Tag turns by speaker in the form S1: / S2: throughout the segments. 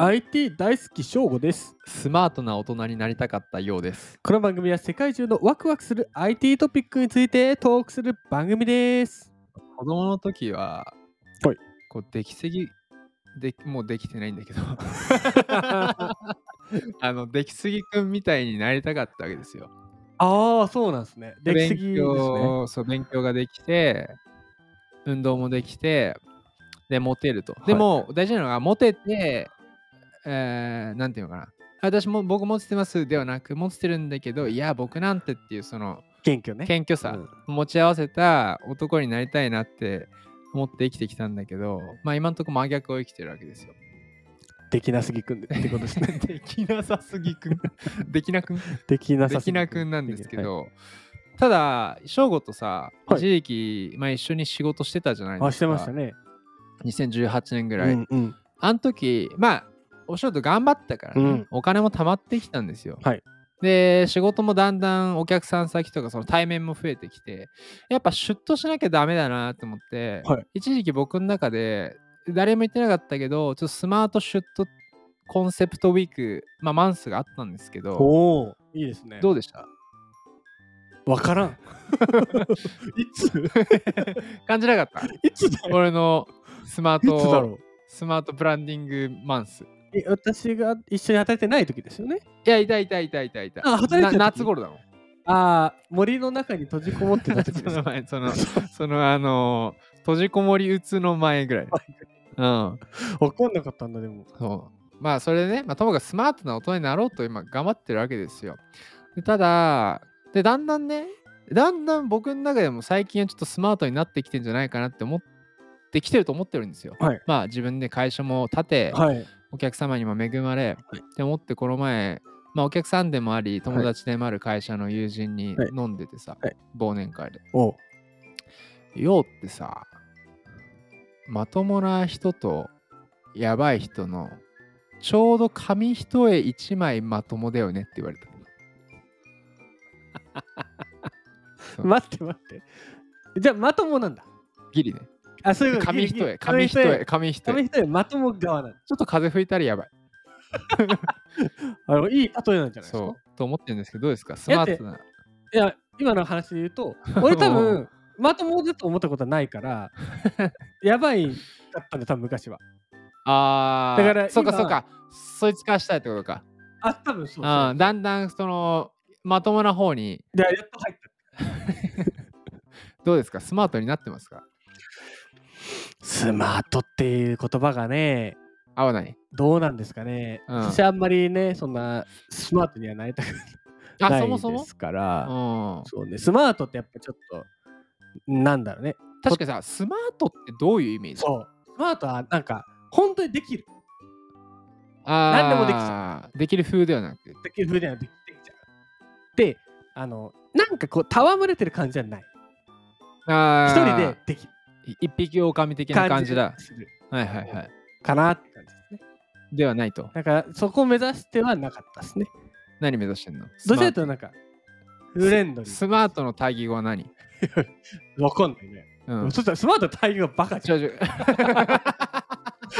S1: IT 大好き翔吾です
S2: スマートな大人になりたかったようです。
S1: この番組は世界中のワクワクする IT トピックについてトークする番組 です
S2: 子供の時は、
S1: はい
S2: こうできすぎでもうできてないんだけど
S1: あ
S2: あのできすぎくんみたいになりたかったわけですよ。
S1: あそうなんですねできすぎ
S2: 勉
S1: ですね
S2: 強そう勉強ができて運動もできてでモテると。
S1: い
S2: でも、大事なのがモテて、えー、なんていうのかなあ私も僕モテてますではなくモテてるんだけどいや僕なんてっていうその
S1: 謙虚ね
S2: 謙虚さ、持ち合わせた男になりたいなって思って生きてきたんだけど、まあ今のところ真逆を生きてるわけですよ。
S1: できなすぎくんでってことですね
S2: できなさすぎくん。 できなくん
S1: できな
S2: で
S1: さす
S2: き
S1: ぎ
S2: なくんなんですけど、ただ、翔吾とさ、
S1: はい
S2: 一時期、まあ、一緒に仕事してたじゃないですか。
S1: あしてましたね
S2: 2018年ぐらい。
S1: うんうん
S2: あの時、まあ、お仕事頑張ったからね、
S1: うん
S2: お金も貯まってきたんですよ。
S1: はい
S2: で、仕事もだんだんお客さん先とか、その対面も増えてきて、やっぱシュッとしなきゃダメだなと思って、
S1: はい
S2: 一時期僕の中で、誰も言ってなかったけど、ちょっとスマートシュッとコンセプトウィーク、まあ、マンスがあったんですけど、
S1: おおいいですね
S2: どうでした
S1: わから んいつ
S2: 感じなかった
S1: いつだよ
S2: 俺のスマー
S1: いつだろ
S2: ト、
S1: う
S2: スマートブランディングマンス。
S1: え私が一緒に働いてない時ですよね
S2: いや、いたいたいたいたいた。
S1: あ働いてた
S2: な
S1: 時
S2: 夏頃だもん。
S1: ああ森の中に閉じこもってた時
S2: そ
S1: です
S2: の
S1: か
S2: 前、その、その、あのー、閉じこもりうつの前ぐらい。うん。
S1: わかんなかったんだでも
S2: そう。まあ、それでね、まあ、ともかくスマートな大人になろうと今、頑張ってるわけですよ。でただ、で、だんだんね、だんだん僕の中でも最近はちょっとスマートになってきてんじゃないかなって思ってきてると思ってるんですよ。
S1: はい
S2: まあ、自分で会社も立て、
S1: はい
S2: お客様にも恵まれ、
S1: はい
S2: って思ってこの前、まあ、お客さんでもあり友達でもある会社の友人に
S1: はい
S2: 飲んでてさ、
S1: はい
S2: 忘年会で
S1: お
S2: 「よう」ってさまともな人とやばい人のちょうど紙一重一枚まともだよねって言われたそう
S1: 待って待ってじゃあまともなんだ
S2: ギリね
S1: あそういうこと
S2: 紙一重紙
S1: 紙
S2: 一
S1: 一重
S2: 重紙一
S1: 紙
S2: 重ち
S1: 一重まとも側なんだ
S2: ょっと風吹いたらやばい
S1: あのいい例えなんじゃないです
S2: そ
S1: か
S2: うと思ってるんですけどどうですかス
S1: や
S2: マ
S1: って
S2: ートない
S1: や今の話で言う と俺多
S2: う
S1: 分まともだと思ったことはないからやばいだったんだ多分昔は
S2: ああ、
S1: だから
S2: そうか
S1: 今
S2: そうか、そいつ化したいってことか。
S1: あ多分そうそう
S2: うん、だんだんそのまともな方に、
S1: でやっと入っ
S2: どうですか、スマートになってますか
S1: たスマートっていう言葉がね
S2: 合わない。
S1: どうなんですかね、
S2: うん
S1: 私あんまりねそんなスマートにはなりたく
S2: あ、
S1: な
S2: そ
S1: い
S2: もそも
S1: で、すから
S2: うん、
S1: そうねスマートってやっぱちょっとなんだろうね
S2: 確かにさ、スマートってどういうイメージ
S1: そうスマートはなんか本当にできる
S2: あ
S1: 何でもできち
S2: できできる風ではなく。
S1: できる風ではできできちゃうであのなんかこう戯れてる感じじゃない
S2: あ
S1: 一人
S2: ー
S1: でできる
S2: い一匹狼的な感じだ
S1: が。する
S2: はいはいはい。
S1: かなって感じですね
S2: ではないと。
S1: だからそこを目指してはなかったですね
S2: 何目指してんの
S1: どちらかと
S2: ス
S1: いうと
S2: マー
S1: なんかフレンド
S2: ト
S1: リー
S2: スマートの対義語は何
S1: わかんないね、
S2: うん。
S1: そしたらスマート対応がバカじ
S2: ち
S1: ゃん
S2: ょちょ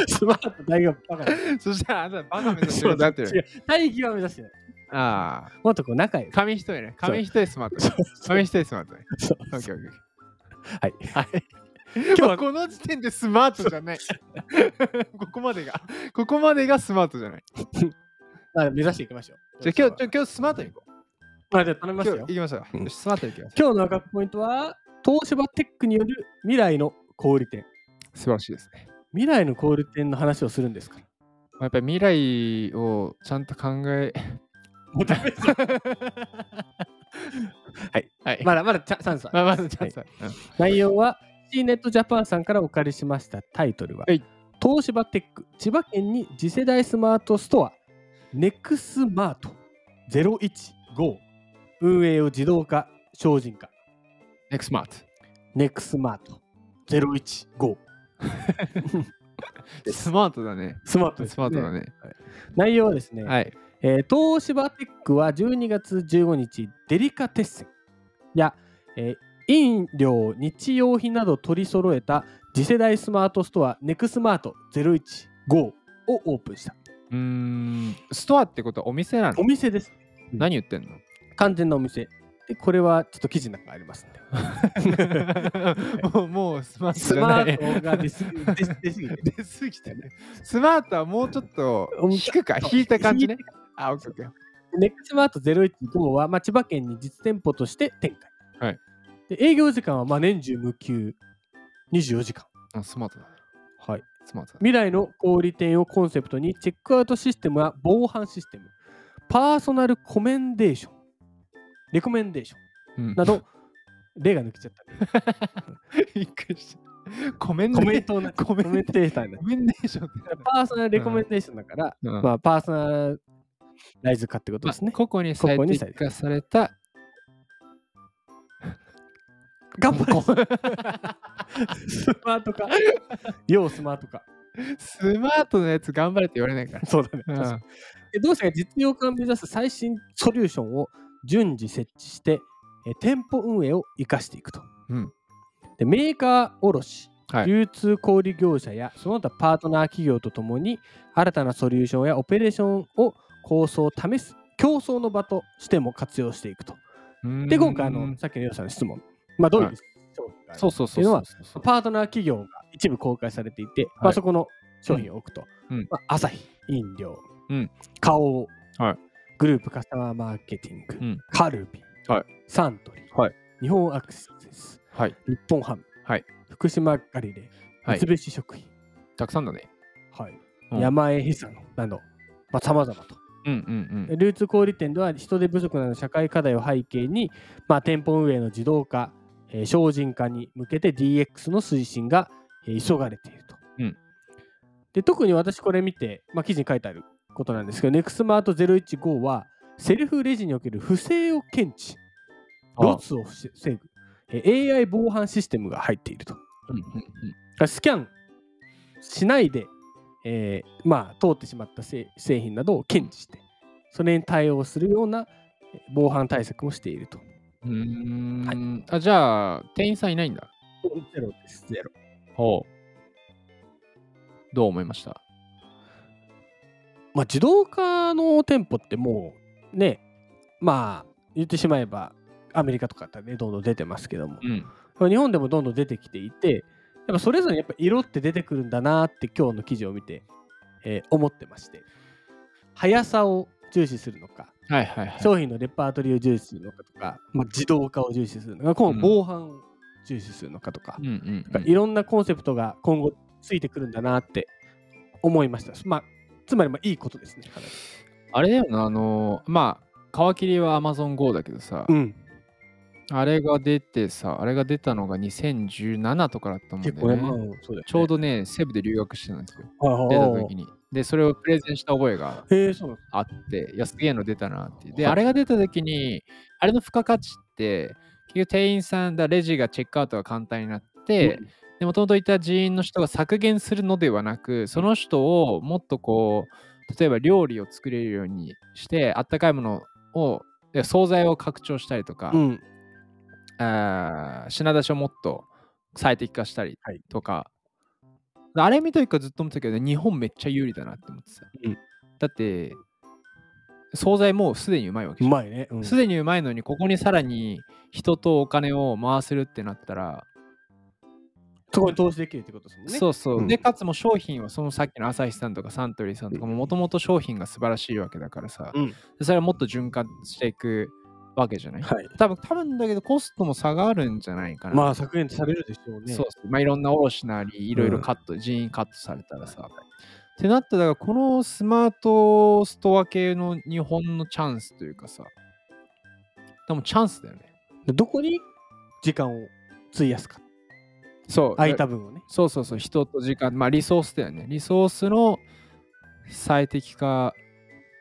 S1: スマート対応がバカじゃん
S2: そしたらあんたバカ目指して
S1: そ
S2: る
S1: う
S2: よだって
S1: 違う大義は目指してない
S2: ああ。
S1: もっとこう仲良く
S2: 紙一重ね。紙一重スマートね。紙一重スマートね。
S1: そう
S2: オッケーオッケー
S1: はい
S2: はい。
S1: 今日
S2: 今日
S1: は
S2: この時点でスマートじ ゃない。ここまでが、ここまでがスマートじゃない。
S1: まあ目指していきましょう
S2: じゃあ今日、じゃあ今日スマートに行こう。
S1: まあじゃあ頼みます
S2: 今
S1: よ
S2: 日行きましょう。
S1: うん
S2: よしスマートに行きましょ
S1: 今日の赤ポイントは東芝テックによる未来の小売店
S2: う。素晴らしいですね。
S1: 未来の小売店の話をするんですから
S2: まあやっぱり未来をちゃんと考え。
S1: もうダメです はい。
S2: はい。
S1: まだ まだチャチャンスは
S2: まあ、まずちゃんと。うん
S1: 内容は C ネットジャパンさんからお借りしましたタイトルは、
S2: はい
S1: 東芝テック千葉県に次世代スマートストアネクスマート015運営を自動化精進化
S2: ネクスマート。
S1: ネクスマート015です
S2: スマートだね。
S1: スマートです、
S2: スマートだね。
S1: 内容はですね、
S2: はい。
S1: えー東芝テックは12月15日デリカテッセンや、えー飲料日用品など取り揃えた次世代スマートストアネクスマート015をオープンした
S2: うーん、ストアってことはお店なの
S1: お店です。
S2: 何言っ てんの
S1: 完全なお店。で、これはちょっと記事なんかありますんで。
S2: もうもうスマート
S1: ス
S2: じゃな
S1: マ
S2: い
S1: ートが出すぎ出す出すぎ て。
S2: 出すぎてね。スマートはもうちょっと
S1: うん
S2: 引くか、引いた感じね
S1: 引い。
S2: あ、オッケーオッケー。
S1: ネックスマート015は、まあ、千葉県に実店舗として展開。
S2: はい
S1: で営業時間はまあ年中無休24時間。
S2: あスマートだね。
S1: はい、
S2: スマートだね。
S1: 未来の小売店をコンセプトにチェックアウトシステムは防犯システム、パーソナルコメンデーション、レコメンデーション
S2: うん
S1: など、 例が抜けちゃった。
S2: びっくりした。コメン ト
S1: コメントをな
S2: コ
S1: コ
S2: メ
S1: メ
S2: ン
S1: ンテーターになっ
S2: コメンテーション
S1: ちゃう パーソナルレコメンデーションだから、
S2: うん
S1: まあ、パーソナライズ化ってこと
S2: まあ
S1: ですね。
S2: 個々に
S1: 個
S2: 最
S1: 々に
S2: 適化された。
S1: 頑張れ
S2: こ
S1: スマート 化。ようスマート化。
S2: スマートのやつ頑張れって言われないか。
S1: そうだね。確からにで同社が実用化を目指す最新ソリューションを順次設置して、えー店舗運営を生かしていくと。
S2: うん
S1: でメーカー卸、
S2: はい
S1: 流通小売業者やその他パートナー企業とともに新たなソリューションやオペレーションを構想を試す競争の場としても活用していくと。
S2: うん
S1: で、今回あの、さっきのヨウさんの質問、まあ、どういう商品があるか
S2: そうそう
S1: って
S2: そう
S1: いうの
S2: そ
S1: は
S2: うそう。
S1: パートナー企業が一部公開されていて、ま
S2: は
S1: あ、
S2: い
S1: そこの商品を置くと、
S2: うん
S1: まあ、朝日飲料、
S2: うん
S1: 花王、
S2: はい
S1: グループカスタマーマーケティング、
S2: うん
S1: カルビ、
S2: はい
S1: サントリー、
S2: はい
S1: 日本アクセス、
S2: はい。
S1: 日本ハム、
S2: はい
S1: 福島ガリレ
S2: は
S1: ー、
S2: い
S1: 三菱食品、
S2: たくさんだね。
S1: はい
S2: うん
S1: 山江久野など、まあ、様々と。
S2: うんうん
S1: 流通小売店では人手不足などの社会課題を背景に、まあ、店舗運営の自動化、えー精進化に向けて DX の推進が、えー急がれていると。
S2: うん
S1: で特に私これ見て、まあ、記事に書いてあることなんですけど NEXMART015 はセルフレジにおける不正を検知、
S2: ああ
S1: ロスを防ぐ、えー AI 防犯システムが入っていると。
S2: うんうんうん
S1: スキャンしないで、えーまあ、通ってしまった製製品などを検知して、それに対応するようなえー防犯対策もしていると。
S2: うーんあ、じゃあ、店員さんいないんだ。
S1: ゼロです、ゼロ。
S2: ほう。どう思いました
S1: まあ、自動化の店舗ってもう、ね、まあ、言ってしまえば、アメリカとかだったらね、どんどん出てますけども、
S2: うん。
S1: まあ日本でもどんどん出てきていて、やっぱそれぞれやっぱ色って出てくるんだなって今日の記事を見て、えー思ってまして、速さを重視するのか、
S2: はいはいはい。
S1: 商品のレパートリーを重視するのかとか、まあ、自動化を重視するのか、今
S2: う
S1: 後
S2: ん
S1: 防犯を重視するのかとか
S2: う、んうん
S1: なんかいろんなコンセプトが今後ついてくるんだなって思いました。まあ、つまりまあいいことですね。かなり
S2: あれだよな、あのー、まあ、皮切りは AmazonGo だけどさ、
S1: うん、
S2: あれが出てさ、あれが出たのが2017とかだったもんだ
S1: 結構ね、
S2: よね。
S1: うんそうだよね
S2: ちょうどね、西部で留学してたんですよ。
S1: ああ
S2: 出た時に。で、それをプレゼンした覚えが
S1: へえそうなんです
S2: あって、いや、すげえの出たなっていう。で、
S1: はい
S2: あれが出た時に、あれの付加価値って、結局店員さんだ、レジがチェックアウトが簡単になって、
S1: うん
S2: で、もともといた人員の人が削減するのではなく、その人をもっとこう、例えば料理を作れるようにして、あったかいものを、で惣菜を拡張したりとか、
S1: うん
S2: あー品出しをもっと最適化したり
S1: はい
S2: とか、あれ見といからずっと思ってたけど、日本めっちゃ有利だなって思ってさ。
S1: うん
S2: だって、惣菜もうすでにうまいわけ
S1: う
S2: じゃん
S1: まいね。うん
S2: すでにうまいのに、ここにさらに人とお金を回せるってなったら、
S1: そこに投資できるってことですもんね。
S2: そうそう、
S1: うん
S2: で、かつも商品は、そのさっきの朝日さんとかサントリーさんとかも、もともと商品が素晴らしいわけだからさ、
S1: うん
S2: でそれはもっと循環していくわけじゃない、
S1: はい、
S2: 多分、多分だけど、コストも差があるんじゃないかな。
S1: まあ削減されるでしょうね。
S2: そうそうまあ、いろんな卸なり、いろいろカット、人員カットされたらさ。ってなったら、だからこのスマートストア系の日本のチャンスというかさ、でもチャンスだよね。
S1: でどこに時間を費やすか、
S2: そう。
S1: 空いた分をね。
S2: そうそうそう、人と時間、まあリソースだよね。リソースの最適化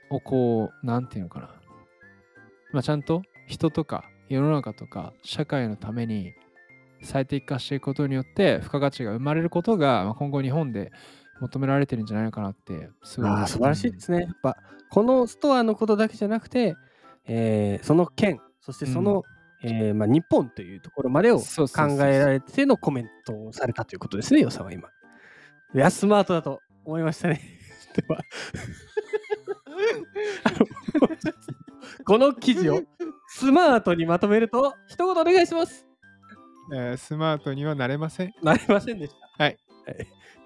S2: をこう、なんていうのかな。まあちゃんと人とか世の中とか社会のために最適化していくことによって付加価値が生まれることが、まあ、今後日本で求められてるんじゃないのかなって、すごい。
S1: ああ素晴らしいですね。やっぱこのストアのことだけじゃなくて、えーその県、そしてその、えーまあ、日本というところまでを考
S2: そうそうそう
S1: えられてのコメントをされた ということですね、よさんは今。いや、スマートだと思いましたね。では、 この記事をスマートにまとめると一言お願いします
S2: えースマートにはなれません。
S1: なりませんでした
S2: はい、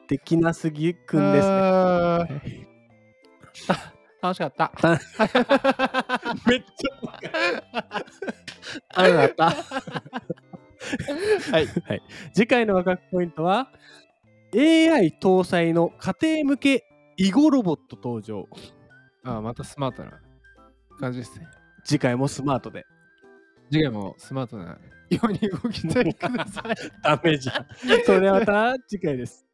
S1: できなすぎくんですね
S2: あー あ楽しかった。
S1: めっちゃ あなた
S2: はい。
S1: 次回のワクワクポイントは AI 搭載の家庭向け囲碁ロボット登場
S2: あーまたスマートな感じですね。
S1: 次回もスマートで
S2: 次回もスマートなように動きたいください。
S1: ダメじゃんそれではまた次回です